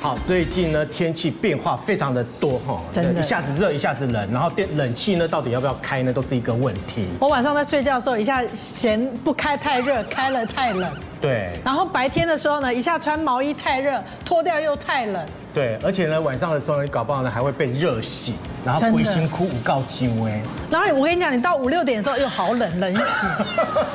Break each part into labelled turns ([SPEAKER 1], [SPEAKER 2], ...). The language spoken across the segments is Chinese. [SPEAKER 1] 好，最近呢天气变化非常的多哈，
[SPEAKER 2] 真的
[SPEAKER 1] 对一下子热一下子冷，然后变冷气呢到底要不要开呢，都是一个问题。
[SPEAKER 2] 我晚上在睡觉的时候，一下嫌不开太热，开了太冷；
[SPEAKER 1] 对
[SPEAKER 2] 然后白天的时候呢，一下穿毛衣太热，脱掉又太冷。
[SPEAKER 1] 对，而且呢晚上的时候呢，搞不好呢还会被热醒，然后
[SPEAKER 2] 真的
[SPEAKER 1] 灰心哭五告金哎。
[SPEAKER 2] 然后我跟你讲，你到五六点的时候又好冷，冷醒。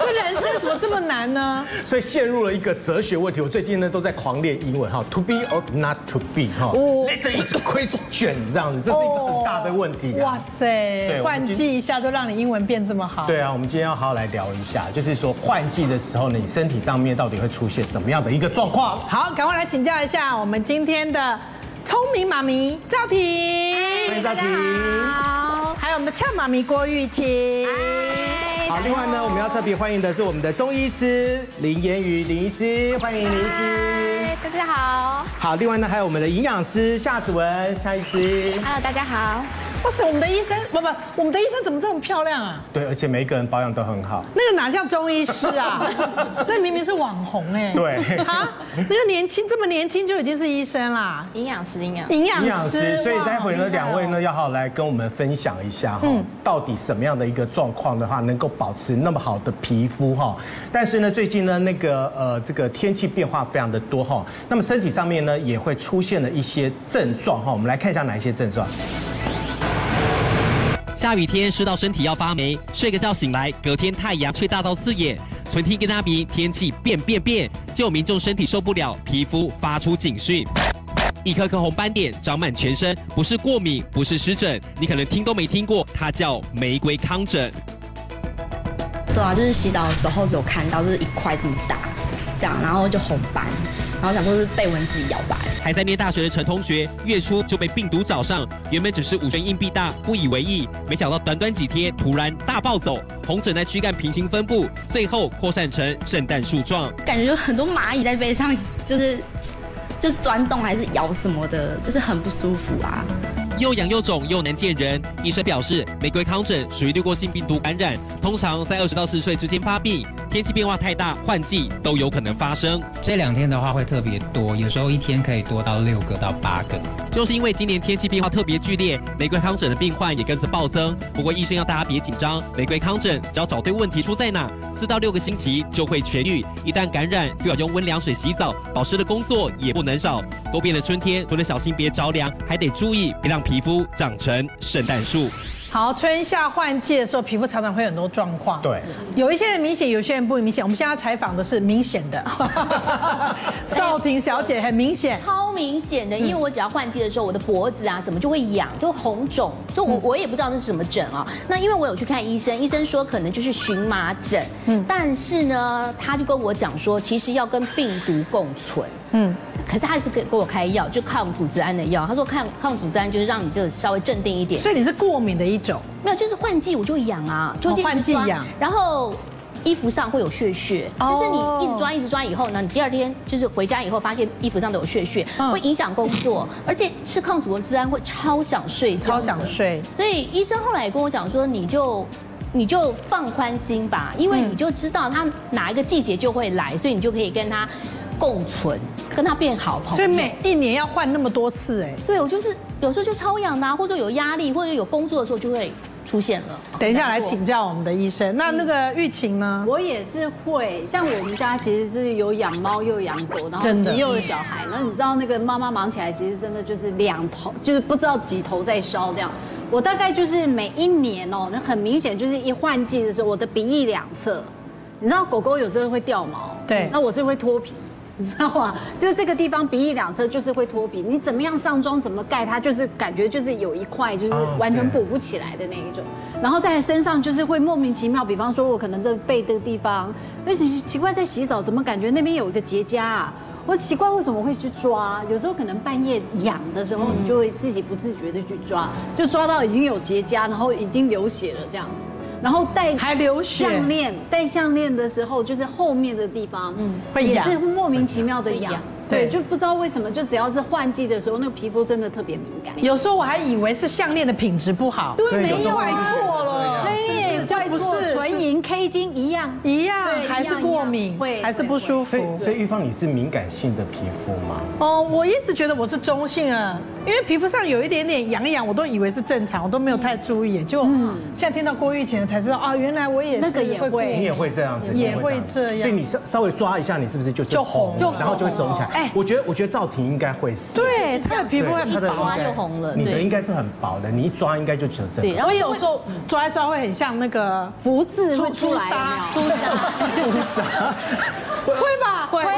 [SPEAKER 2] 这人生怎么这么难呢？
[SPEAKER 1] 所以陷入了一个哲学问题。我最近呢都在狂练英文哈，to be or not to be 哈
[SPEAKER 2] 哦
[SPEAKER 1] ，let it question 这样子，这是一个很大的问题、啊。
[SPEAKER 2] 哦哇塞，
[SPEAKER 1] 我
[SPEAKER 2] 换
[SPEAKER 1] 们今
[SPEAKER 2] 季一下就让你英文变这么好。
[SPEAKER 1] 对啊，我们今天要好好来聊一下，就是说换季的时候呢，你身体上面到底会出现什么样的一个状况？
[SPEAKER 2] 好，赶快来请教一下我们今天的聪明妈咪赵婷，
[SPEAKER 1] 欢迎赵婷。
[SPEAKER 3] 好，
[SPEAKER 2] 还有我们的俏妈咪郭玉琴。
[SPEAKER 1] 好，另外呢，我们要特别欢迎的是我们的中医师林妍瑜林医师，欢迎林医师。
[SPEAKER 3] 嗨大家好
[SPEAKER 1] 好，另外呢，还有我们的营养师夏子文夏医师。
[SPEAKER 3] ，Hello，大家好，
[SPEAKER 2] 哇塞，我们的医生不不，我们的医生怎么这么漂亮啊？
[SPEAKER 1] 对，而且每一个人保养都很好。
[SPEAKER 2] 那个哪像中医师 啊？那明明是网红哎、
[SPEAKER 1] 对
[SPEAKER 2] 啊，那个年轻这么年轻就已经是医生啦，
[SPEAKER 3] 营养师营养。
[SPEAKER 2] 营养
[SPEAKER 1] 营养
[SPEAKER 2] 师
[SPEAKER 1] 师，。所以
[SPEAKER 2] 哇
[SPEAKER 1] 待会呢，两位？
[SPEAKER 2] 好厉害哦
[SPEAKER 1] 呢要好好来跟我们分享一下哈、到底什么样的一个状况的话，能够保持那么好的皮肤哈、但是呢，最近呢，那个呃，这个天气变化非常的多哈、那么身体上面呢也会出现了一些症状哈、我们来看一下哪一些症状。
[SPEAKER 4] 下雨天湿到身体要发霉，睡个觉醒来，隔天太阳却大到刺眼。纯听跟阿鼻天气变变变，就有民众身体受不了，皮肤发出警讯。一颗颗红斑点长满全身，不是过敏，不是湿疹，你可能听都没听过，它叫玫瑰糠疹。
[SPEAKER 5] 对啊，就是洗澡的时候有看到，就是一块这么大，这样，然后就红斑，然后想说是被蚊子咬吧。
[SPEAKER 4] 还在念大学的陈同学，月初就被病毒找上，原本只是五元硬币大，不以为意，没想到短短几天突然大暴走，红疹在躯干平行分布，最后扩散成圣诞树状。
[SPEAKER 5] 感觉有很多蚂蚁在背上，就是就是钻洞还是咬什么的，就是很不舒服啊。
[SPEAKER 4] 又痒又肿又难见人。医生表示，玫瑰糠疹属于滤过性病毒感染，通常在二十到四十岁之间发病，天气变化太大，换季都有可能发生。
[SPEAKER 6] 这两天的话会特别多，有时候一天可以多到六个到八个。
[SPEAKER 4] 就是因为今年天气变化特别剧烈，玫瑰糠疹的病患也跟着暴增。不过医生要大家别紧张，玫瑰糠疹只要找对问题出在哪，四到六个星期就会痊愈。一旦感染，就要用温凉水洗澡，保湿的工作也不能少。多变的春天，除了小心别着凉，还得注意别让皮肤长成圣诞树。
[SPEAKER 2] 好，春夏换季的时候，皮肤常常会有很多状况。
[SPEAKER 1] 对，
[SPEAKER 2] 有一些人明显，有些人不明显。我们现在要采访的是明显的， 赵婷小姐很明显。
[SPEAKER 7] 超明显的，因为我只要换季的时候，我的脖子啊什么就会痒，就红肿，所以我我也不知道这是什么疹啊。那因为我有去看医生，医生说可能就是荨麻疹，嗯，但是呢，他就跟我讲说，其实要跟病毒共存，嗯，可是他还是给给我开药，就抗组织胺的药，他说抗抗组织胺就是让你这个稍微镇定一点，
[SPEAKER 2] 所以你是过敏的一种，
[SPEAKER 7] 没有，就是换季我就痒啊，就一直
[SPEAKER 2] 哦换季
[SPEAKER 7] 抓
[SPEAKER 2] 痒
[SPEAKER 7] 然后。衣服上会有血血，
[SPEAKER 2] 哦
[SPEAKER 7] 就是你一直抓一直抓以后呢，你第二天就是回家以后发现衣服上都有血血，
[SPEAKER 2] 嗯
[SPEAKER 7] 会影响工作，而且吃抗组织胺会超想睡觉，
[SPEAKER 2] 超想。睡。
[SPEAKER 7] 所以医生后来也跟我讲说，你就你就放宽心吧，因为
[SPEAKER 2] 嗯
[SPEAKER 7] 你就知道它哪一个季节就会来，所以你就可以跟它共存，跟它变好朋友。
[SPEAKER 2] 所以每一年要换那么多次，哎，
[SPEAKER 7] 对我就是有时候就超痒的、啊，或者有压力，或者有工作的时候就会出现了。
[SPEAKER 2] 等一下来
[SPEAKER 7] 难过
[SPEAKER 2] 请教我们的医生。那那个玉琴呢？
[SPEAKER 8] 我也是会，像我们家其实就是有养猫又养狗，然后
[SPEAKER 2] 真的
[SPEAKER 8] 又有小孩，然后你知道那个妈妈忙起来，其实真的就是两头，就是不知道几头在烧这样。我大概就是每一年哦，那很明显就是一换季的时候，我的鼻翼两侧，你知道狗狗有时候会掉毛，
[SPEAKER 2] 对
[SPEAKER 8] 那我是会脱皮。你知道吗？ 就是这个地方鼻翼两侧就是会脱皮，你怎么样上妆怎么盖它，就是感觉就是有一块就是
[SPEAKER 1] 哦
[SPEAKER 8] 完全
[SPEAKER 1] 对
[SPEAKER 8] 补不起来的那一种，然后在身上就是会莫名其妙，比方说我可能这背的地方，而且奇怪在洗澡怎么感觉那边有一个结痂、啊，我奇怪为什么会去抓，有时候可能半夜痒的时候，
[SPEAKER 1] 嗯
[SPEAKER 8] 你就会自己不自觉的去抓，就抓到已经有结痂，然后已经流血了这样子，然后戴
[SPEAKER 2] 还流血
[SPEAKER 8] 项链，戴项链的时候就是后面的地方，嗯，
[SPEAKER 2] 会
[SPEAKER 8] 也
[SPEAKER 2] 痒
[SPEAKER 8] 是莫名其妙的痒
[SPEAKER 7] 痒，
[SPEAKER 2] 对
[SPEAKER 8] 对，就不知道为什么，就只要是换季的时候，那个皮肤真的特别敏感。
[SPEAKER 2] 有时候我还以为是项链的品质不好，
[SPEAKER 8] 对，
[SPEAKER 1] 对
[SPEAKER 8] 没
[SPEAKER 1] 有时
[SPEAKER 8] 有
[SPEAKER 1] 候
[SPEAKER 8] 啊
[SPEAKER 1] 怪错了
[SPEAKER 8] 对，
[SPEAKER 2] 是不是不
[SPEAKER 7] 哎
[SPEAKER 8] 怪
[SPEAKER 7] 做
[SPEAKER 2] 是
[SPEAKER 7] 纯银 K 金一样，
[SPEAKER 2] 一样
[SPEAKER 7] 对
[SPEAKER 2] 还是
[SPEAKER 7] 一样
[SPEAKER 2] 过
[SPEAKER 7] 一
[SPEAKER 2] 敏
[SPEAKER 7] 样会，
[SPEAKER 2] 还是不舒
[SPEAKER 1] 所以
[SPEAKER 2] 服，
[SPEAKER 1] 所以玉芳你是敏感性的皮肤吗？
[SPEAKER 2] 哦，我一直觉得我是中性啊，因为皮肤上有一点点痒痒，我都以为是正常，我都没有太注意，就现在听到郭玉琴才知道啊，原来我也是
[SPEAKER 7] 嗯那个也
[SPEAKER 2] 会过
[SPEAKER 7] 会
[SPEAKER 1] 你也会这样子，
[SPEAKER 2] 也
[SPEAKER 1] 你
[SPEAKER 2] 会这样
[SPEAKER 1] 所以你稍稍微抓一下，你是不是就是
[SPEAKER 2] 就红
[SPEAKER 1] 了
[SPEAKER 2] 就
[SPEAKER 1] 然后就会肿起来？
[SPEAKER 2] 红了哎
[SPEAKER 1] 我觉得我觉得赵婷应该会是，
[SPEAKER 2] 对，她的皮肤很
[SPEAKER 1] 她的
[SPEAKER 2] 薄
[SPEAKER 1] 应
[SPEAKER 9] 抓
[SPEAKER 1] 该
[SPEAKER 9] 就红了
[SPEAKER 1] 你的
[SPEAKER 9] 对
[SPEAKER 1] 应该是很薄的，你一抓应该就只有这
[SPEAKER 9] 对，
[SPEAKER 1] 个。
[SPEAKER 9] 然后
[SPEAKER 2] 我
[SPEAKER 9] 有
[SPEAKER 2] 有时候抓一抓会很像那个
[SPEAKER 7] 嗯福字会出来
[SPEAKER 2] 出沙
[SPEAKER 7] 有没有
[SPEAKER 1] 啊
[SPEAKER 2] 会吧？会
[SPEAKER 9] 会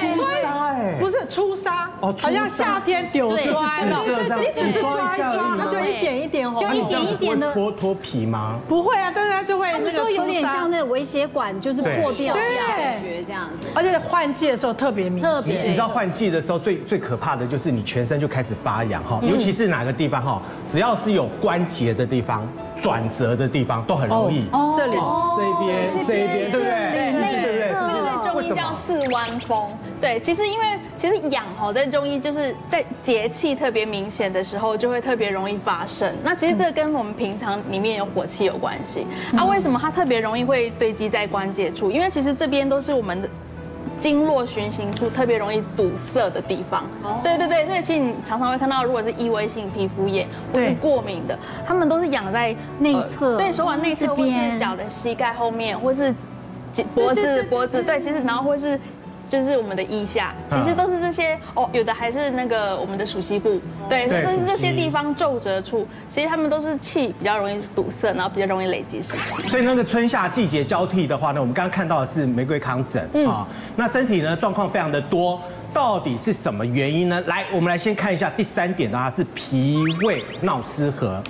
[SPEAKER 2] 出
[SPEAKER 1] 出沙哎
[SPEAKER 2] 不是出痧，
[SPEAKER 1] 哦出痧
[SPEAKER 2] 好像夏天丢
[SPEAKER 9] 对
[SPEAKER 2] 摔了，
[SPEAKER 1] 紫色这样
[SPEAKER 2] 你只是抓一
[SPEAKER 1] 对
[SPEAKER 2] 抓，它就
[SPEAKER 9] 对
[SPEAKER 2] 一点一点红，
[SPEAKER 7] 就一
[SPEAKER 1] 这样
[SPEAKER 7] 点
[SPEAKER 1] 子
[SPEAKER 7] 一
[SPEAKER 1] 不会
[SPEAKER 7] 点的
[SPEAKER 1] 脱脱皮吗？
[SPEAKER 2] 不会啊，但是它就会
[SPEAKER 7] 他
[SPEAKER 2] 那
[SPEAKER 7] 们
[SPEAKER 2] 个
[SPEAKER 7] 说有
[SPEAKER 2] 出
[SPEAKER 7] 点
[SPEAKER 2] 痧
[SPEAKER 7] 像那个微血管就是
[SPEAKER 1] 对
[SPEAKER 7] 破掉的
[SPEAKER 2] 对
[SPEAKER 7] 感觉这样子，
[SPEAKER 2] 而且换季的时候特别明
[SPEAKER 7] 特
[SPEAKER 2] 显。
[SPEAKER 1] 你
[SPEAKER 7] 别
[SPEAKER 1] 你知道换季的时候最最可怕的就是你全身就开始发痒哈，尤其是哪个地方哈，只要是有关节的地方、转折的地方都很容易。
[SPEAKER 2] 哦，这里
[SPEAKER 1] 这一边，这一边，对不对？对对对，
[SPEAKER 8] 这个在中医叫四弯风。对，其实因为其实痒吼，在中医就是在节气特别明显的时候，就会特别容易发生。那其实这跟我们平常里面有火气有关系。啊，为什么它特别容易会堆积在关节处？因为其实这边都是我们的。经络循行处特别容易堵塞的地方，对对对，所以其实你常常会看到，如果是异位性皮肤炎或
[SPEAKER 2] 对
[SPEAKER 8] 是过敏的，他们都是痒在
[SPEAKER 7] 内
[SPEAKER 8] 呃
[SPEAKER 7] 侧
[SPEAKER 8] 对手腕内侧
[SPEAKER 7] 这
[SPEAKER 8] 或
[SPEAKER 7] 边
[SPEAKER 8] 是脚的膝盖后面，或是颈脖子脖子，对，其实然后或是就是我们的腋下，其实都是这些哦，有的还是那个我们的属膝部，嗯对，
[SPEAKER 1] 对
[SPEAKER 8] 都是这些
[SPEAKER 1] 属膝
[SPEAKER 8] 地方皱褶处，其实他们都是气比较容易堵塞，然后比较容易累积湿气。
[SPEAKER 1] 所以那个春夏季节交替的话呢，我们刚刚看到的是玫瑰糠疹
[SPEAKER 2] 嗯
[SPEAKER 1] 啊，那身体呢状况非常的多，到底是什么原因呢？来，我们来先看一下第三点的话是脾胃闹失和，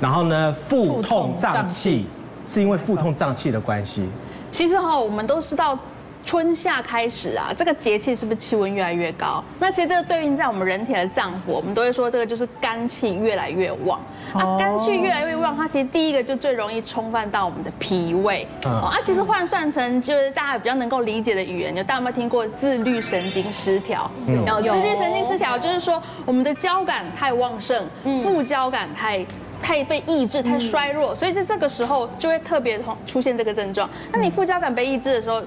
[SPEAKER 1] 然后呢腹痛胀气，是因为腹痛胀气的关系。
[SPEAKER 8] 其实哈、我们都知道。春夏开始啊，这个节气是不是气温越来越高？那其实这个对应在我们人体的脏腑，我们都会说这个就是肝气越来越旺。啊，肝气越来越旺，它其实第一个就最容易冲犯到我们的脾胃。
[SPEAKER 1] 嗯
[SPEAKER 8] 哦，啊，其实换算成就是大家比较能够理解的语言，就大家有没有听过自律神经失调？然后自律神经失调就是说我们的交感太旺盛，副交感太。太被抑制，太衰弱，所以在这个时候就会特别同出现这个症状。那你副交感被抑制的时候，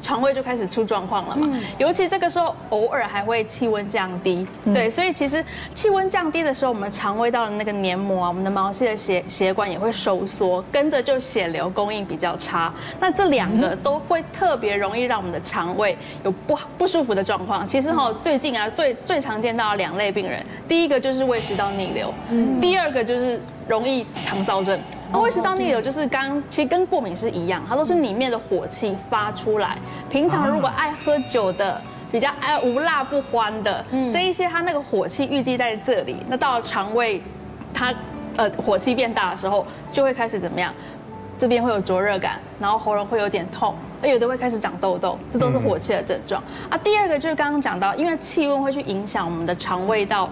[SPEAKER 8] 肠胃就开始出状况了嘛。尤其这个时候，偶尔还会气温降低，对，所以其实气温降低的时候，我们肠胃道的那个黏膜啊，我们的毛细的血血管也会收缩，跟着就血流供应比较差。那这两个都会特别容易让我们的肠胃有不不舒服的状况。其实哈、最近啊，最最常见到的两类病人，第一个就是胃食道逆流，第二个就是容易肠燥症。那胃食道逆流就是刚，其实跟过敏是一样，它都是里面的火气发出来。平常如果爱喝酒的。比较爱无辣不欢的，这一些它那个火气预计在这里，那到了肠胃，它呃火气变大的时候，就会开始怎么样？这边会有灼热感，然后喉咙会有点痛，而有的会开始长痘痘，这都是火气的症状啊。第二个就是刚刚讲到，因为气温会去影响我们的肠胃道。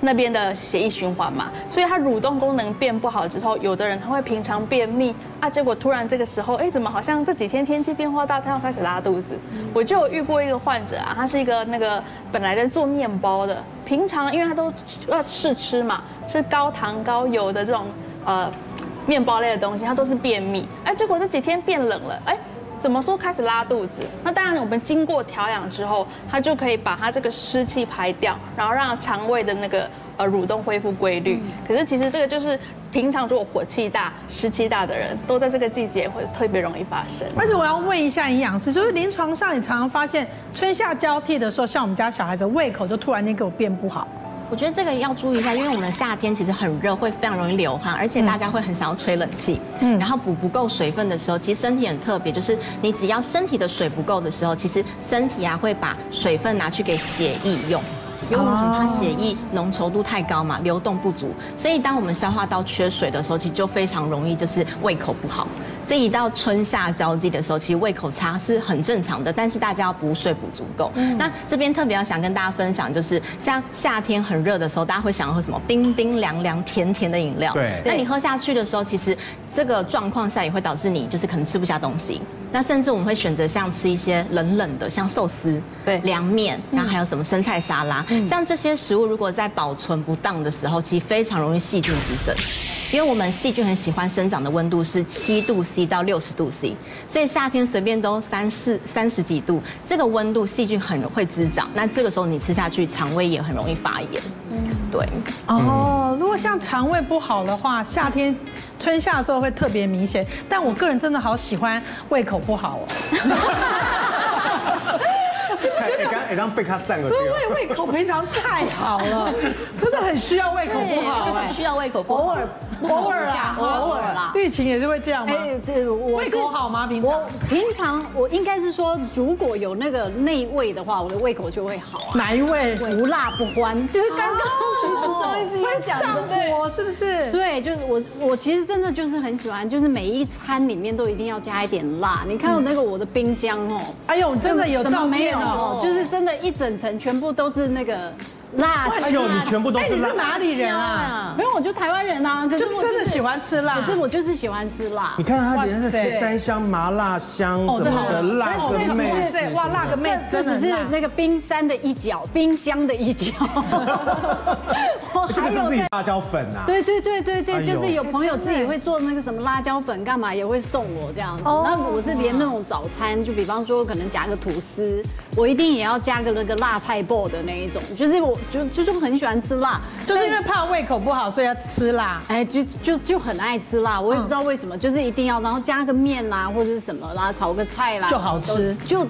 [SPEAKER 8] 那边的血液循环嘛，所以它蠕动功能变不好之后，有的人他会平常便秘啊，结果突然这个时候，哎，怎么好像这几天天气变化大，他要开始拉肚子。我就有遇过一个患者啊，他是一个那个本来在做面包的，平常因为他都要试吃嘛，吃高糖高油的这种呃面包类的东西，它都是便秘。哎，结果这几天变冷了，哎，怎么说开始拉肚子？那当然，我们经过调养之后，它就可以把它这个湿气排掉，然后让肠胃的那个呃蠕动恢复规律。
[SPEAKER 7] 嗯
[SPEAKER 8] 可是其实这个就是平常如果火气大、湿气大的人，都在这个季节会特别容易发生。
[SPEAKER 2] 而且我要问一下营养师，就是临床上你常常发现春夏交替的时候，像我们家小孩子胃口就突然间给我变不好，
[SPEAKER 3] 我觉得这个要注意一下，因为我们夏天其实很热，会非常容易流汗，而且大家会很想要吹冷气。嗯，然后补不够水分的时候，其实身体很特别，就是你只要身体的水不够的时候，其实身体啊会把水分拿去给血液用。因为我们很怕血液浓稠度太高嘛，流动不足，所以当我们消化道缺水的时候，其实就非常容易就是胃口不好。所以一到春夏交际的时候，其实胃口差是很正常的，但是大家要补水补足够。那这边特别要想跟大家分享，就是像夏天很热的时候，大家会想要喝什么冰冰凉凉、甜甜的饮料。
[SPEAKER 1] 对
[SPEAKER 3] 那你喝下去的时候，其实这个状况下也会导致你就是可能吃不下东西。那甚至我们会选择像吃一些冷冷的，像寿司、
[SPEAKER 8] 对
[SPEAKER 3] 凉面，然后还有什么生菜沙拉，像这些食物如果在保存不当的时候，其实非常容易细菌滋生。因为我们细菌很喜欢生长的温度是七度 C 到六十度 C，所以夏天随便都三四三十几度，这个温度细菌很会滋长，那这个时候你吃下去，肠胃也很容易发炎。对，
[SPEAKER 2] 哦，如果像肠胃不好的话，夏天、春夏的时候会特别明显。但我个人真的好喜欢胃口不好哦，
[SPEAKER 1] 哎，刚哎，刚被他散了这个。
[SPEAKER 2] 胃胃口平常太好了，真的很需要胃口不好哎。
[SPEAKER 9] 需要胃口不好
[SPEAKER 7] 偶尔
[SPEAKER 2] 偶尔啦，
[SPEAKER 7] 偶尔啦。
[SPEAKER 2] 玉琴也是会这样吗？
[SPEAKER 7] 哎，这我
[SPEAKER 2] 胃
[SPEAKER 7] 是
[SPEAKER 2] 口好吗？平常
[SPEAKER 7] 我平常我应该是说，如果有那个内味的话，我的胃口就会好。
[SPEAKER 2] 哪一位？
[SPEAKER 7] 无辣不欢，哦就是
[SPEAKER 2] 哦
[SPEAKER 7] 刚刚其实周医师
[SPEAKER 2] 会
[SPEAKER 7] 有讲
[SPEAKER 2] 上
[SPEAKER 7] 的，
[SPEAKER 2] 火是不是？
[SPEAKER 7] 对，就是我，我其实真的就是很喜欢，就是每一餐里面都一定要加一点辣。你看我那个我的冰箱哦，
[SPEAKER 2] 哎呦，真的有
[SPEAKER 7] 怎么
[SPEAKER 2] 照
[SPEAKER 7] 没
[SPEAKER 2] 片
[SPEAKER 7] 有
[SPEAKER 2] 哦
[SPEAKER 7] 哦？，
[SPEAKER 2] 是
[SPEAKER 7] 就是真的，一整层全部都是那个辣
[SPEAKER 1] 哎
[SPEAKER 7] 椒。
[SPEAKER 1] 呦，你全部都
[SPEAKER 2] 哎，
[SPEAKER 1] 是
[SPEAKER 2] 你是
[SPEAKER 1] 辣。
[SPEAKER 2] 哪里人啊？
[SPEAKER 7] 没有，我就台湾人啊，可是
[SPEAKER 2] 就
[SPEAKER 7] 我
[SPEAKER 2] 真的喜
[SPEAKER 7] 欢，
[SPEAKER 2] 欢吃辣
[SPEAKER 7] 可。是我就是喜欢吃辣
[SPEAKER 1] 你。看他连那
[SPEAKER 2] 哇塞
[SPEAKER 1] 十三香麻辣香
[SPEAKER 2] 哦
[SPEAKER 1] 什
[SPEAKER 2] 真的
[SPEAKER 1] 么的辣
[SPEAKER 2] 哦
[SPEAKER 1] 的
[SPEAKER 2] 这个
[SPEAKER 1] 妹
[SPEAKER 2] 妹
[SPEAKER 1] 子什么
[SPEAKER 2] 子，
[SPEAKER 1] 的，
[SPEAKER 2] 哇，辣个妹子
[SPEAKER 7] 这
[SPEAKER 2] 真的
[SPEAKER 7] 只
[SPEAKER 2] 很
[SPEAKER 7] 是
[SPEAKER 2] 辣。
[SPEAKER 7] 那个冰山的一角，冰箱的一 角。
[SPEAKER 2] 哦
[SPEAKER 7] 我
[SPEAKER 1] 这个是不是你辣椒粉啊？
[SPEAKER 7] 对对对对
[SPEAKER 1] 哎
[SPEAKER 7] 对，
[SPEAKER 1] 呦
[SPEAKER 7] 就是有朋友自己会做那个什么辣椒粉，干嘛也会送我这样子。那我是连那种早餐，就比方说可能夹个吐司，我一定也要加个那个辣菜爆的那一种。就是我就就是很喜欢吃辣，
[SPEAKER 2] 就是因
[SPEAKER 7] 但
[SPEAKER 2] 为怕胃口不好，所以要吃辣。嗯
[SPEAKER 7] 哎就就就很爱吃辣，我也不知道为什么，就是一定要，然后加个面啦或者是什么啦，炒个菜啦，
[SPEAKER 2] 就好吃
[SPEAKER 7] 都就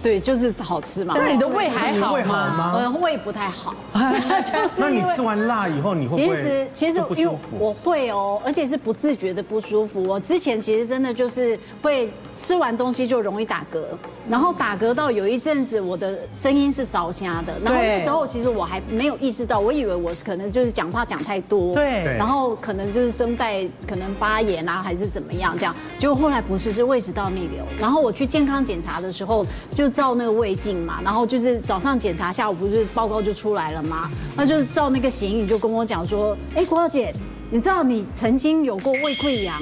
[SPEAKER 7] 对，就是好吃嘛。
[SPEAKER 2] 那你的胃
[SPEAKER 7] 哎
[SPEAKER 2] 还好
[SPEAKER 1] 你胃好
[SPEAKER 2] 吗？
[SPEAKER 1] 吗？
[SPEAKER 7] 我胃呃不太好，就是
[SPEAKER 1] 那
[SPEAKER 7] 因
[SPEAKER 1] 你
[SPEAKER 7] 为
[SPEAKER 1] 吃完辣以后，你会不
[SPEAKER 7] 其
[SPEAKER 1] 会
[SPEAKER 7] 实其实
[SPEAKER 1] 会不
[SPEAKER 7] 因
[SPEAKER 1] 舒
[SPEAKER 7] 为
[SPEAKER 1] 服？
[SPEAKER 7] 我会哦，而且是不自觉的不舒服。我哦之前其实真的就是会吃完东西就容易打嗝，然后打嗝到有一阵子我的声音是烧瞎的，然后
[SPEAKER 2] 对
[SPEAKER 7] 那时候其实我还没有意识到，我以为我是可能就是讲话讲太多，
[SPEAKER 2] 对
[SPEAKER 1] 对
[SPEAKER 7] 然后可能就是声带可能发炎啊还是怎么样这样，结果后来不是是胃食道逆流，然后我去健康检查的时候就照那个胃镜嘛，然后就是早上检查，下午不是报告就出来了吗？那就是照那个显影就跟我讲说，哎，郭小姐，你知道你曾经有过胃溃疡？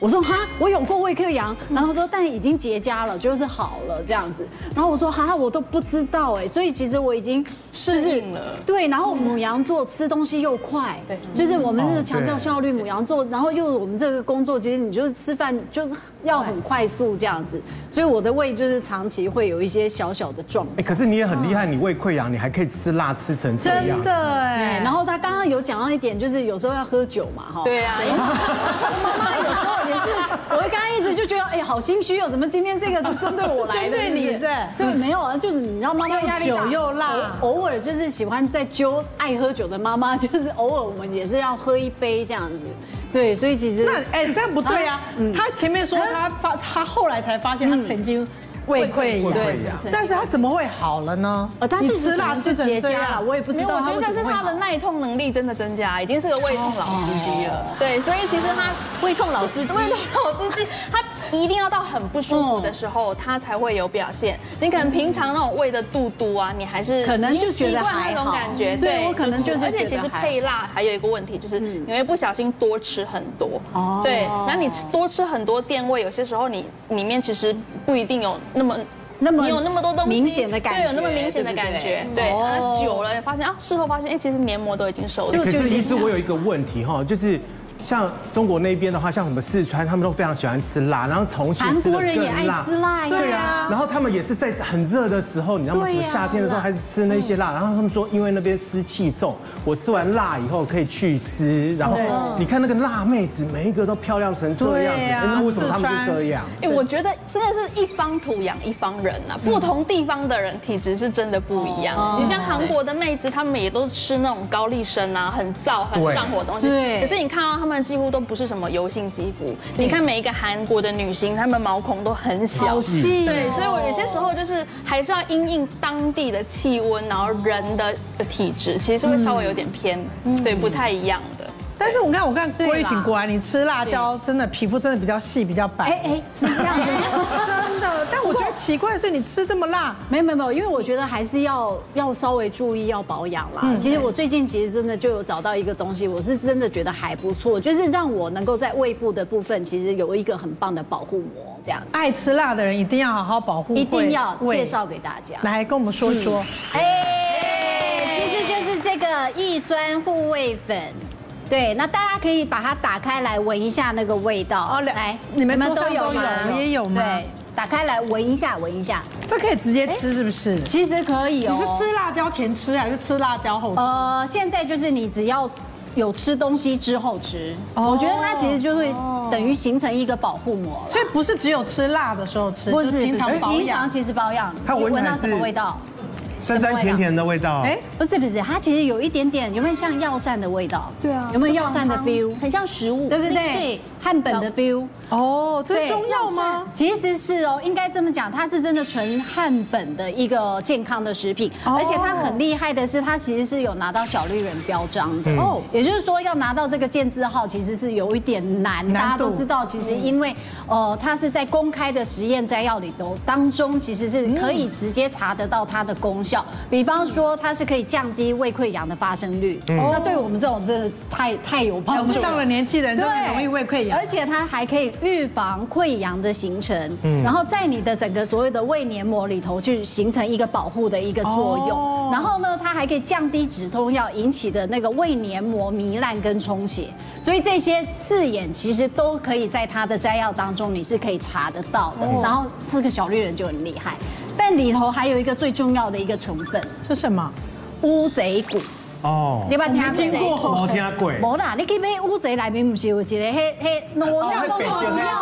[SPEAKER 7] 我说哈，我有过胃溃疡，然后说但已经结痂了，就是好了这样子。然后我说哈，我都不知道哎，所以其实我已经
[SPEAKER 8] 适应了。
[SPEAKER 7] 对，然后母羊座吃东西又快，对，就是我们是强调
[SPEAKER 1] 哦
[SPEAKER 7] 效率，母羊座，然后又我们这个工作，其实你就是吃饭就是要很快速这样子，所以我的胃就是长期会有一些小小的状
[SPEAKER 1] 哎，
[SPEAKER 7] 况。
[SPEAKER 1] 可是你也很厉害，你胃溃疡，你还可以吃辣吃成这样
[SPEAKER 2] 真
[SPEAKER 1] 子。
[SPEAKER 2] 的
[SPEAKER 7] 对啊
[SPEAKER 2] 哎，，
[SPEAKER 7] 然后他刚刚有讲到一点，就是有时候要喝酒嘛，哈。
[SPEAKER 8] 对啊，因为
[SPEAKER 7] 妈妈有时候也是，我刚刚一直就觉得，哎，好心虚哦，怎么今天这个都 针对我来的？
[SPEAKER 2] 针对你
[SPEAKER 7] 是不是
[SPEAKER 2] 是
[SPEAKER 7] 对，没有啊，就是你知道妈妈压力
[SPEAKER 2] 又
[SPEAKER 7] 大
[SPEAKER 2] 酒又辣
[SPEAKER 7] 偶偶尔就是喜欢在揪爱喝酒的妈妈， 就是偶尔我们也是要喝一杯这样子。对，所以其实
[SPEAKER 2] 那哎，这样不对啊
[SPEAKER 7] 啊嗯。
[SPEAKER 2] 他前面说他发，他后来才发现他曾经胃溃
[SPEAKER 1] 胃
[SPEAKER 2] 疡，
[SPEAKER 1] 溃疡
[SPEAKER 7] 对
[SPEAKER 2] 但是他怎么会好了呢？
[SPEAKER 7] 呃，他
[SPEAKER 2] 你
[SPEAKER 7] 就是
[SPEAKER 2] 吃辣
[SPEAKER 7] 可能
[SPEAKER 2] 吃
[SPEAKER 7] 是
[SPEAKER 2] 成
[SPEAKER 7] 结
[SPEAKER 2] 这
[SPEAKER 7] 痂了，
[SPEAKER 2] 样，
[SPEAKER 7] 我也不知
[SPEAKER 8] 没有，
[SPEAKER 7] 道
[SPEAKER 8] 我
[SPEAKER 7] 他
[SPEAKER 8] 觉
[SPEAKER 7] 为
[SPEAKER 8] 得
[SPEAKER 7] 什
[SPEAKER 8] 是
[SPEAKER 7] 么会
[SPEAKER 8] 他的
[SPEAKER 7] 好。
[SPEAKER 8] 耐痛能力真的增加，已经是个胃痛老司机了。对，所以其实他
[SPEAKER 7] 哦 胃痛老司机
[SPEAKER 8] 胃痛老司机，他一定要到很不舒服的时候，他才会有表现。你可能平常那种胃的肚肚啊，你还是
[SPEAKER 7] 可能就觉得
[SPEAKER 8] 已经习惯那
[SPEAKER 7] 还
[SPEAKER 8] 种
[SPEAKER 7] 好
[SPEAKER 8] 感觉。
[SPEAKER 7] 对我可能就是
[SPEAKER 8] 而且
[SPEAKER 7] 觉得
[SPEAKER 8] 其实
[SPEAKER 7] 还好嗯
[SPEAKER 8] 配辣还有一个问题就是，你会不小心多吃很多。
[SPEAKER 7] 哦
[SPEAKER 8] 哦，对，那你吃多吃很多垫胃，有些时候你里面其实不一定有那么。
[SPEAKER 7] 那么
[SPEAKER 8] 你有那么多东西，
[SPEAKER 7] 明显的感觉
[SPEAKER 8] 对，有那么明显的感觉
[SPEAKER 7] 对，不对
[SPEAKER 8] 对，
[SPEAKER 7] 哦
[SPEAKER 8] 然后久了发现啊，事后发现，哎，其实黏膜都已经收
[SPEAKER 1] 哎可
[SPEAKER 8] 了。
[SPEAKER 1] 是医师，我有一个问题哈，就是。像中国那边的话，像什么四川，他们都非常喜欢吃辣，然后重庆
[SPEAKER 7] 韩
[SPEAKER 1] 吃的
[SPEAKER 7] 国人也
[SPEAKER 1] 更
[SPEAKER 7] 爱
[SPEAKER 1] 辣，
[SPEAKER 7] 吃辣
[SPEAKER 2] 对
[SPEAKER 7] 呀。
[SPEAKER 2] 啊，
[SPEAKER 1] 然后他们也是在很热的时候，你知道吗？什
[SPEAKER 7] 对
[SPEAKER 1] 么
[SPEAKER 7] 呀啊嗯
[SPEAKER 1] 夏天的时候还是吃那些辣。然后他们说，因为那边湿气重，我吃完辣以后可以去湿。然后你看那个辣妹子，每一个都漂亮成这样子，哎
[SPEAKER 2] 对呀
[SPEAKER 1] 那为什么他们就这样？
[SPEAKER 8] 哎，我觉得真的是一方土养一方人啊，不同地方的人体质是真的不一样。你像韩国的妹子，她们也都吃那种高丽参啊，很燥、很
[SPEAKER 1] 对
[SPEAKER 8] 上火的东西。
[SPEAKER 7] 对
[SPEAKER 8] 可是你看到她们几乎都不是什么油性肌肤，你看每一个韩国的女星，她们毛孔都很小
[SPEAKER 7] 好。细哦
[SPEAKER 8] 对，所以我有些时候就是还是要因应当地的气温，然后人的的体质，其实会稍微有点偏，对，不太一样的。
[SPEAKER 2] 但是我看，我看
[SPEAKER 7] 啦
[SPEAKER 2] 郭玉琴果然你吃辣椒，真的皮肤真的比较细，比较白
[SPEAKER 7] 哎。哎，是这样子。
[SPEAKER 2] 真的，但我觉得奇怪的是，你吃这么辣，
[SPEAKER 7] 没有没有没有，因为我觉得还是要要稍微注意要保养啦。其实我最近其实真的就有找到一个东西，我是真的觉得还不错，就是让我能够在胃部的部分其实有一个很棒的保护膜，这样
[SPEAKER 2] 爱吃辣的人一定要好好保护胃，
[SPEAKER 7] 一定要介
[SPEAKER 2] 胃
[SPEAKER 7] 绍嗯给大家。
[SPEAKER 2] 来跟我们说一说。
[SPEAKER 7] 哎，其实就是这个益酸护胃粉。对，那大家可以把它打开来闻一下那个味道。
[SPEAKER 2] 哦两
[SPEAKER 7] 来，
[SPEAKER 2] 你们桌上都有
[SPEAKER 7] 吗
[SPEAKER 2] 我们也有吗
[SPEAKER 7] 对，打开来闻一下，闻一下，
[SPEAKER 2] 这可以直接吃是不是？你
[SPEAKER 7] 其实可以哦。
[SPEAKER 2] 是吃辣椒前吃还是吃辣椒后吃？
[SPEAKER 7] 呃，现在就是你只要有吃东西之后吃，
[SPEAKER 2] 哦
[SPEAKER 7] 我觉得它其实就会等于形成一个保护膜了。
[SPEAKER 2] 所以不是只有吃辣的时候吃，就是平常保
[SPEAKER 7] 平常
[SPEAKER 2] 养。
[SPEAKER 7] 其实保养，
[SPEAKER 1] 它
[SPEAKER 7] 你
[SPEAKER 1] 闻起
[SPEAKER 7] 闻
[SPEAKER 1] 来
[SPEAKER 7] 到什么
[SPEAKER 1] 是
[SPEAKER 7] 味道？
[SPEAKER 1] 酸酸甜甜的味道。
[SPEAKER 2] 哎，
[SPEAKER 7] 不是不是，它其实有一点点，有没有像药膳的味道？对啊，有没有药膳的 feel？
[SPEAKER 9] 很像食物，
[SPEAKER 7] 对不对
[SPEAKER 9] 对？
[SPEAKER 7] 汉本的 feel，
[SPEAKER 2] 哦，这是中药吗？
[SPEAKER 7] 其实是哦，应该这么讲，它是真的纯汉本的一个健康的食品，
[SPEAKER 2] 哦
[SPEAKER 7] 而且它很厉害的是，它其实是有拿到小绿人标章的
[SPEAKER 2] 嗯
[SPEAKER 7] 哦，也就是说要拿到这个健字号其实是有一点难，
[SPEAKER 2] 难度嗯
[SPEAKER 7] 大家都知道，其实因为呃，它是在公开的实验摘要里头当中，其实是可以直接查得到它的功效，比方说它是可以降低胃溃疡的发生率，
[SPEAKER 2] 嗯
[SPEAKER 7] 那对我们这种真的太太有帮
[SPEAKER 2] 哎
[SPEAKER 7] 助
[SPEAKER 2] 我们上了年纪的人真的容易胃溃疡
[SPEAKER 7] 而。且它还可以预防溃疡的形成，
[SPEAKER 2] 嗯
[SPEAKER 7] 然后在你的整个所有的胃黏膜里头去形成一个保护的一个作
[SPEAKER 2] 哦
[SPEAKER 7] 用。然后呢，它还可以降低止痛药引起的那个胃黏膜糜烂跟充血，所以这些字眼其实都可以在它的摘要当中你是可以查得到的。
[SPEAKER 2] 哦
[SPEAKER 7] 然后这个小绿人就很厉害，但里头还有一个最重要的一个成分
[SPEAKER 2] 这什么？
[SPEAKER 7] 乌贼骨，
[SPEAKER 1] 哦
[SPEAKER 7] 你，有没有
[SPEAKER 2] 听
[SPEAKER 7] 听过？
[SPEAKER 2] 过？
[SPEAKER 1] 摩天鬼，
[SPEAKER 7] 无啦，你去买乌贼内面，不是有一个迄迄软
[SPEAKER 1] 那
[SPEAKER 7] 都
[SPEAKER 1] 是北
[SPEAKER 7] 不要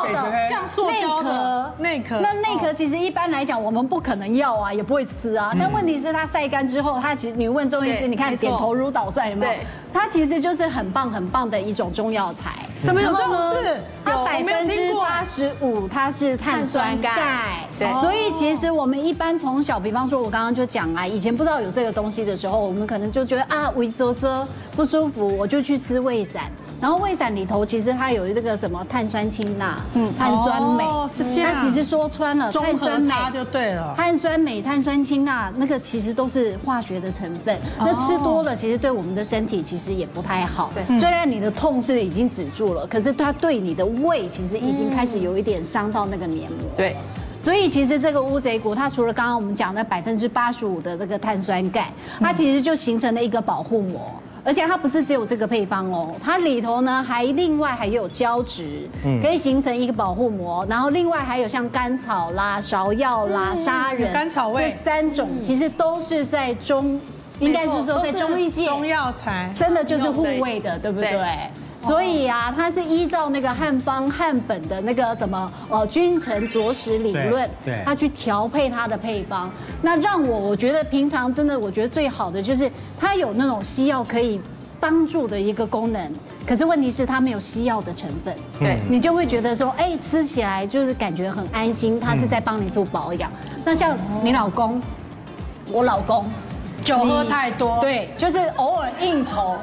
[SPEAKER 1] 哦北
[SPEAKER 7] 的
[SPEAKER 1] 北
[SPEAKER 2] 像塑
[SPEAKER 7] 哎内
[SPEAKER 2] 胶
[SPEAKER 7] 壳
[SPEAKER 2] 的？内壳？哦
[SPEAKER 7] 那内壳其实一般来讲，我们不可能要啊，也不会吃啊。但问题是它晒干之后，它其实你问中医师，
[SPEAKER 8] 对
[SPEAKER 7] 你看
[SPEAKER 8] 没错
[SPEAKER 7] 点头如捣蒜有没有
[SPEAKER 8] 对？
[SPEAKER 7] 它其实就是很棒很棒的一种中药材。
[SPEAKER 2] 怎么有
[SPEAKER 7] 然
[SPEAKER 2] 这
[SPEAKER 7] 后
[SPEAKER 2] 种
[SPEAKER 7] 呢
[SPEAKER 2] 事？
[SPEAKER 7] 它
[SPEAKER 2] 有
[SPEAKER 7] 百
[SPEAKER 2] 我没有
[SPEAKER 7] 分之
[SPEAKER 2] 听过
[SPEAKER 7] 八十五哦它是碳酸
[SPEAKER 8] 碳酸
[SPEAKER 7] 钙
[SPEAKER 8] 钙，哦对
[SPEAKER 7] 所以其实我们一般从小，比方说我刚刚就讲啊，以前不知道有这个东西的时候，我们可能就觉得啊，胃啧啧不舒服，我就去吃胃散。然后胃散里头其实它有这个什么碳酸氢钠，嗯，碳酸镁
[SPEAKER 2] 哦，是这样
[SPEAKER 7] 它其实说穿了，
[SPEAKER 2] 中
[SPEAKER 7] 碳
[SPEAKER 2] 和
[SPEAKER 7] 酸镁
[SPEAKER 2] 它就对了。
[SPEAKER 7] 碳酸镁、碳酸氢钠，那个其实都是化学的成分。那吃多了，其实对我们的身体其实也不太好。对，虽然你的痛是已经止住了，可是它对你的胃其实已经开始有一点伤到那个黏膜。
[SPEAKER 8] 对，
[SPEAKER 7] 所以其实这个乌贼骨，它除了刚刚我们讲的百分之八十五的这个碳酸钙，它其实就形成了一个保护膜。而且它不是只有这个配方哦，它里头呢还另外还有胶质，可以形成一个保护膜，然后另外还有像甘草啦、芍药啦、砂仁、
[SPEAKER 2] 甘草味
[SPEAKER 7] 这三种，其实都是在中，应该是说在中医界
[SPEAKER 2] 中药材。
[SPEAKER 7] 真的就是护卫的，对不对
[SPEAKER 8] 对？
[SPEAKER 7] 所以啊，它是依照那个汉方汉本的那个什么呃君臣佐使理论
[SPEAKER 6] 对对，
[SPEAKER 7] 它去调配它的配方。那让我我觉得平常真的我觉得最好的就是它有那种西药可以帮助的一个功能，可是问题是它没有西药的成分，
[SPEAKER 8] 对
[SPEAKER 7] 你就会觉得说，哎，吃起来就是感觉很安心，它是在帮你做保养。那像你老公，我老公。
[SPEAKER 2] 酒喝太多
[SPEAKER 7] 对，就是偶尔应酬，哦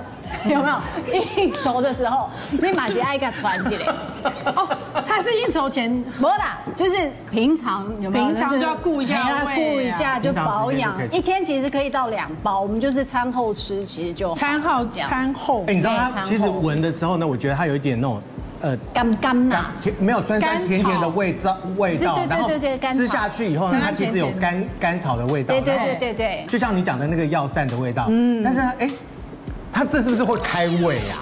[SPEAKER 7] 有没有？应酬的时候，你马是爱个传起来。
[SPEAKER 2] 哦，它是应酬前
[SPEAKER 7] 没啦，就是平常有没有？
[SPEAKER 2] 平常就要顾一下
[SPEAKER 7] 平常
[SPEAKER 2] 胃啊
[SPEAKER 7] 顾一下就保养
[SPEAKER 1] 平常时间就可以，吃
[SPEAKER 7] 一天其实可以到两包，我们就是餐后吃，其实就好
[SPEAKER 2] 餐后
[SPEAKER 7] 这样
[SPEAKER 2] 餐后
[SPEAKER 1] 哎，你知道
[SPEAKER 7] 非常
[SPEAKER 1] 它其实
[SPEAKER 7] 厚
[SPEAKER 1] 闻的时候呢，我觉得它有一点那种，呃，
[SPEAKER 7] 干
[SPEAKER 1] 甘
[SPEAKER 7] 干呐。
[SPEAKER 1] 甜没有酸酸甜甜的
[SPEAKER 2] 甘草
[SPEAKER 1] 味道味道
[SPEAKER 7] 对对，对
[SPEAKER 1] 然后
[SPEAKER 7] 对对甘草
[SPEAKER 1] 吃下去以后呢，它其实有甘甘草的味道，
[SPEAKER 7] 对对
[SPEAKER 1] 然后
[SPEAKER 7] 对对对
[SPEAKER 1] 就像你讲的那个药膳的味道，嗯，但是呢，哎，它这是不是会开胃 啊？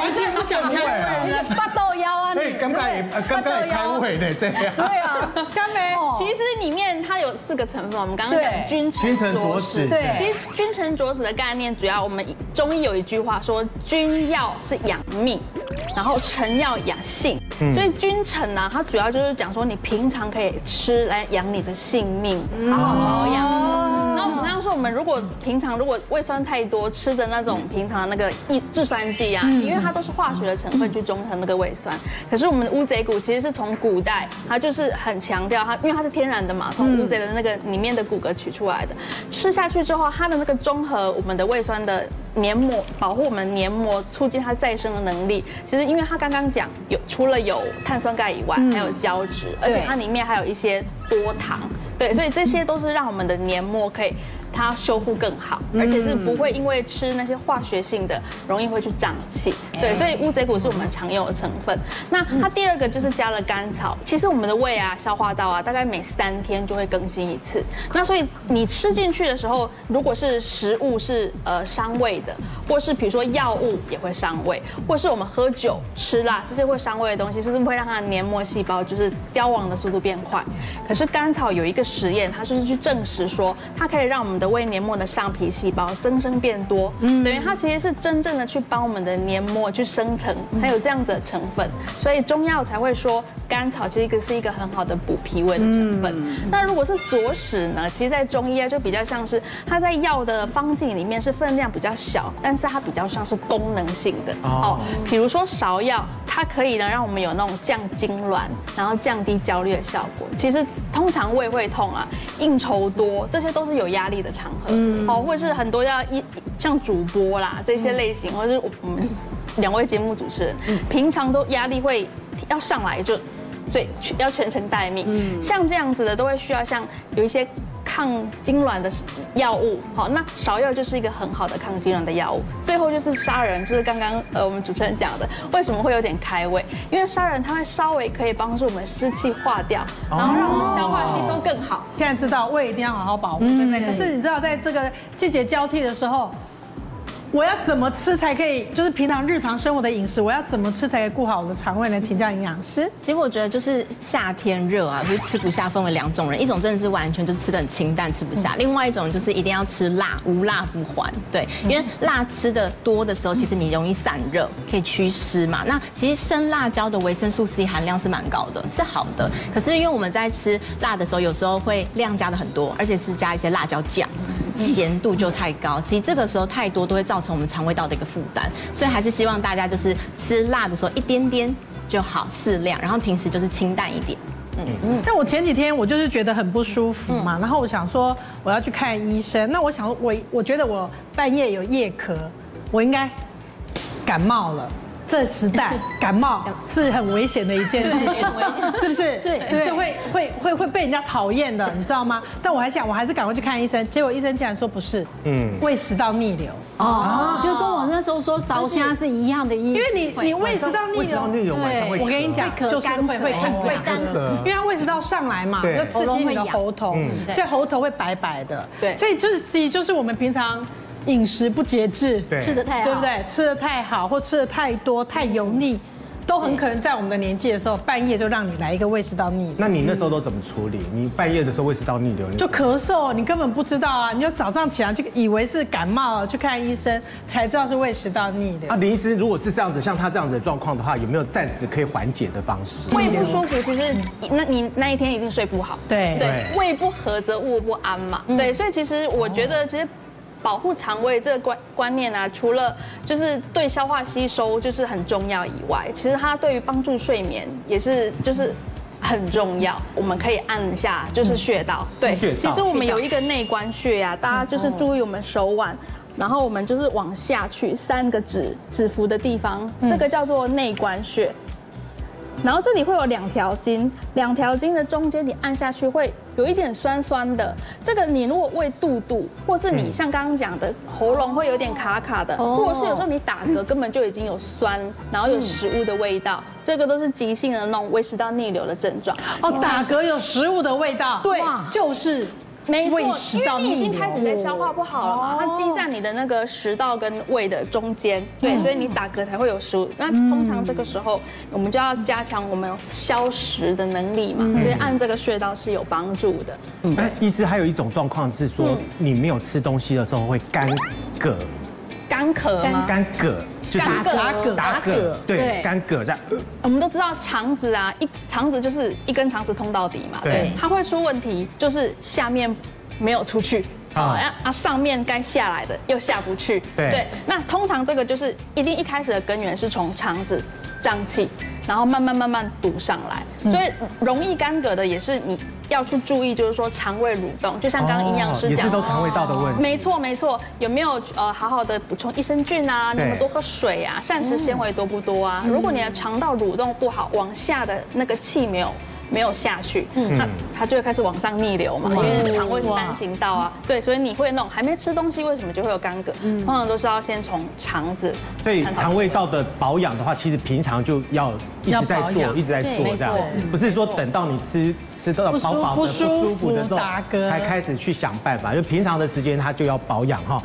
[SPEAKER 2] 还是不想开胃。
[SPEAKER 7] 你哎是八豆腰啊
[SPEAKER 1] 哎，刚刚也呃刚刚也开胃的这样，
[SPEAKER 7] 对啊，
[SPEAKER 2] 干梅，
[SPEAKER 7] 哦
[SPEAKER 8] 其实里面它有四个成分，我们刚刚
[SPEAKER 7] 对
[SPEAKER 8] 讲君
[SPEAKER 1] 君
[SPEAKER 8] 臣
[SPEAKER 1] 臣佐
[SPEAKER 8] 佐
[SPEAKER 1] 使，
[SPEAKER 8] 使。
[SPEAKER 7] 对
[SPEAKER 8] 其实君臣佐使的概念，主要我们中医有一句话说，君药是养命，然后臣药养性。
[SPEAKER 1] 嗯
[SPEAKER 8] 所以君臣呢、它主要就是讲说你平常可以吃来养你的性命，好好保养。然后我们刚刚说，我们如果平常如果胃酸太多，吃的那种平常那个抑制酸剂啊，因为它都是化学的成分去中和那个胃酸。可是我们的乌贼骨其实是从古代，它就是很强调它，因为它是天然的嘛，从乌贼的那个里面的骨骼取出来的，吃下去之后，它的那个中和我们的胃酸的黏膜，保护我们黏膜，促进它再生的能力。其实因为它刚刚讲有除了有碳酸钙以外，还有胶质，而且它里面还有一些多糖。对，所以这些都是让我们的黏膜可以它修复更好，而且是不会因为吃那些化学性的容易会去胀气。对，所以乌贼骨是我们常用的成分。那它第二个就是加了甘草，其实我们的胃啊、消化道啊，大概每三天就会更新一次。那所以你吃进去的时候，如果是食物是呃伤胃的，或是比如说药物也会伤胃，或是我们喝酒、吃辣这些会伤胃的东西，是不是会让它的黏膜细胞就是凋亡的速度变快？可是甘草有一个实验，它就是去证实说，它可以让我们的胃黏膜的上皮细胞增生变多，等于它其实是真正的去帮我们的黏膜去生成，它有这样子的成分，所以中药才会说甘草其实一个是一个很好的补脾胃的成分。那如果是左使呢，其实在中医啊就比较像是它在药的方剂里面是分量比较小，但是它比较像是功能性的
[SPEAKER 1] 哦
[SPEAKER 8] 哦，比如说芍药，它可以呢让我们有那种降痉挛，然后降低焦虑的效果。其实通常胃会痛啊，应酬多，这些都是有压力的场合，哦，或者是很多要一像主播啦这些类型，或者是我们两位节目主持人，平常都压力会要上来就，所以全要全程待命，像这样子的都会需要像有一些。抗痉挛的药物，好，那芍药就是一个很好的抗痉挛的药物。最后就是砂仁，就是刚刚呃我们主持人讲的，为什么会有点开胃？因为砂仁它会稍微可以帮助我们湿气化掉，然后让我们消化吸收更好。
[SPEAKER 2] 现在知道胃一定要好好保护，对不对？可是你知道，在这个季节交替的时候，我要怎么吃才可以？就是平常日常生活的饮食，我要怎么吃才可以顾好我的肠胃呢？请教营养师。
[SPEAKER 3] 其实我觉得就是夏天热啊，就是吃不下分为两种人，一种真的是完全就是吃的很清淡吃不下，另外一种就是一定要吃辣，无辣不欢。对，因为辣吃的多的时候，其实你容易散热，可以祛湿嘛。那其实生辣椒的维生素 C 含量是蛮高的，是好的。可是因为我们在吃辣的时候，有时候会量加的很多，而且是加一些辣椒酱。咸度就太高，其实这个时候太多都会造成我们肠胃道的一个负担，所以还是希望大家就是吃辣的时候一点点就好，适量，然后平时就是清淡一点。
[SPEAKER 2] 但我前几天我就是觉得很不舒服嘛，然后我想说我要去看医生。那我想我我觉得我半夜有夜咳，我应该感冒了。这时代感冒是很危险的一件事情，是不是？
[SPEAKER 9] 对对
[SPEAKER 2] 这会会会会被人家讨厌的，你知道吗？但我还想，我还是赶快去看医生。结果医生竟然说不是，嗯
[SPEAKER 1] 嗯，
[SPEAKER 2] 胃食道逆流，
[SPEAKER 7] 哦，就跟我那时候说烧虾是一样的意
[SPEAKER 2] 因
[SPEAKER 7] 思。
[SPEAKER 2] 为你你胃食道逆
[SPEAKER 1] 胃食道逆流
[SPEAKER 2] 流，
[SPEAKER 1] 晚上会
[SPEAKER 2] 我跟你讲，
[SPEAKER 7] 会咳
[SPEAKER 2] 就是会会
[SPEAKER 7] 干
[SPEAKER 2] 会
[SPEAKER 1] 干
[SPEAKER 2] 干
[SPEAKER 1] 咳
[SPEAKER 2] 因为它胃食道上来嘛，
[SPEAKER 1] 对嗯
[SPEAKER 2] 就刺激你的喉头，
[SPEAKER 9] 对
[SPEAKER 2] 所以喉头会白白的。
[SPEAKER 9] 对
[SPEAKER 2] 所以就是其实就是我们平常饮食不节制，
[SPEAKER 1] 对
[SPEAKER 9] 吃的太好，
[SPEAKER 2] 对不？对？吃的太好或吃的太多太油腻，都很可能在我们的年纪的时候，半夜就让你来一个胃食道逆流。
[SPEAKER 1] 那你那时候都怎么处理？你半夜的时候胃食道逆流，你
[SPEAKER 2] 就咳嗽，你根本不知道啊！你就早上起来就以为是感冒，去看医生才知道是胃食道逆流
[SPEAKER 1] 啊，。林医师，如果是这样子，像他这样子的状况的话，有没有暂时可以缓解的方式？
[SPEAKER 8] 胃不舒服，其实那你那一天一定睡不好。
[SPEAKER 2] 对
[SPEAKER 8] 对，胃不和则卧不安嘛。对，所以其实我觉得，其实保护肠胃这个观观念啊，除了就是对消化吸收就是很重要以外，其实它对于帮助睡眠也是就是。很重要，我们可以按一下，就是穴道。对，
[SPEAKER 1] 穴
[SPEAKER 8] 其
[SPEAKER 1] 道嗯
[SPEAKER 8] 实我们有一个内关穴呀、啊，大家就是注意我们手腕，然后我们就是往下去三个指指腹的地方，
[SPEAKER 1] 嗯
[SPEAKER 8] 这个叫做内关穴。然后这里会有两条筋，两条筋的中间你按下去会有一点酸酸的。这个你如果胃肚肚，或是
[SPEAKER 1] 嗯
[SPEAKER 8] 你像刚刚讲的喉咙会有点卡卡的，
[SPEAKER 1] 哦
[SPEAKER 8] 或是有时候你打嗝根本就已经有酸，然后有
[SPEAKER 1] 嗯
[SPEAKER 8] 食物的味道，这个都是急性的那种胃食道逆流的症状。
[SPEAKER 2] 哦，打嗝有食物的味道，
[SPEAKER 8] 对
[SPEAKER 2] 就是
[SPEAKER 8] 没错，
[SPEAKER 2] 胃
[SPEAKER 8] 因
[SPEAKER 2] 食
[SPEAKER 8] 为
[SPEAKER 2] 道
[SPEAKER 8] 你已
[SPEAKER 2] 逆
[SPEAKER 8] 经
[SPEAKER 2] 流哦
[SPEAKER 8] 开始在消化不好了嘛，它积在你的那个食道跟胃的中
[SPEAKER 2] 嗯
[SPEAKER 8] 间，对，所以你打嗝才会有食物。那通常这个时候，我们就要加强我们消食的能力嘛，
[SPEAKER 2] 嗯
[SPEAKER 8] 所以按这个穴道是有帮助的。
[SPEAKER 1] 哎，医师还有一种状况是说，你没有吃东西的时候会干嗝，
[SPEAKER 8] 干咳吗？
[SPEAKER 1] 干嗝就是
[SPEAKER 8] 干嗝
[SPEAKER 1] 打嗝，对，干嗝这样。呃
[SPEAKER 8] 我们都知道肠子啊，一肠子就是一根肠子通到底嘛，
[SPEAKER 1] 对
[SPEAKER 8] 对，它会出问题，就是下面没有出去。
[SPEAKER 1] 啊
[SPEAKER 8] 啊，啊，上面该下来的又下不去。
[SPEAKER 1] 对
[SPEAKER 8] 那通常这个就是一定一开始的根源是从肠子胀气，然后慢慢慢慢堵上来，
[SPEAKER 1] 嗯
[SPEAKER 8] 所以容易干嗝的也是你要去注意，就是说肠胃蠕动，就像刚刚营养
[SPEAKER 1] 哦
[SPEAKER 8] 师
[SPEAKER 1] 也
[SPEAKER 8] 讲
[SPEAKER 1] 是
[SPEAKER 8] 哦的，
[SPEAKER 1] 都肠胃道的问题。
[SPEAKER 8] 没错没错，有没有呃好好的补充益生菌啊？
[SPEAKER 1] 对
[SPEAKER 8] 那么多喝水
[SPEAKER 1] 嗯
[SPEAKER 8] 啊，膳食纤维多不多啊？如果你的肠道蠕动不好，往下的那个气没有没有下去，
[SPEAKER 1] 嗯
[SPEAKER 8] 它它就会开始往上逆流嘛，因为肠胃是单行道啊，对，所以你会弄还没吃东西，为什么就会有干戈？
[SPEAKER 1] 嗯
[SPEAKER 8] 通常都是要先从肠子，
[SPEAKER 1] 所以肠胃道的保养的话，其实平常就要一直在
[SPEAKER 2] 要保
[SPEAKER 1] 做，
[SPEAKER 2] 养
[SPEAKER 1] 一直在做
[SPEAKER 3] 对
[SPEAKER 1] 这样子，不是说等到你吃吃到饱饱的
[SPEAKER 2] 不舒服
[SPEAKER 1] 不舒服的时候
[SPEAKER 2] 打嗝
[SPEAKER 1] 才开始去想办法，就平常的时间他就要保养哈。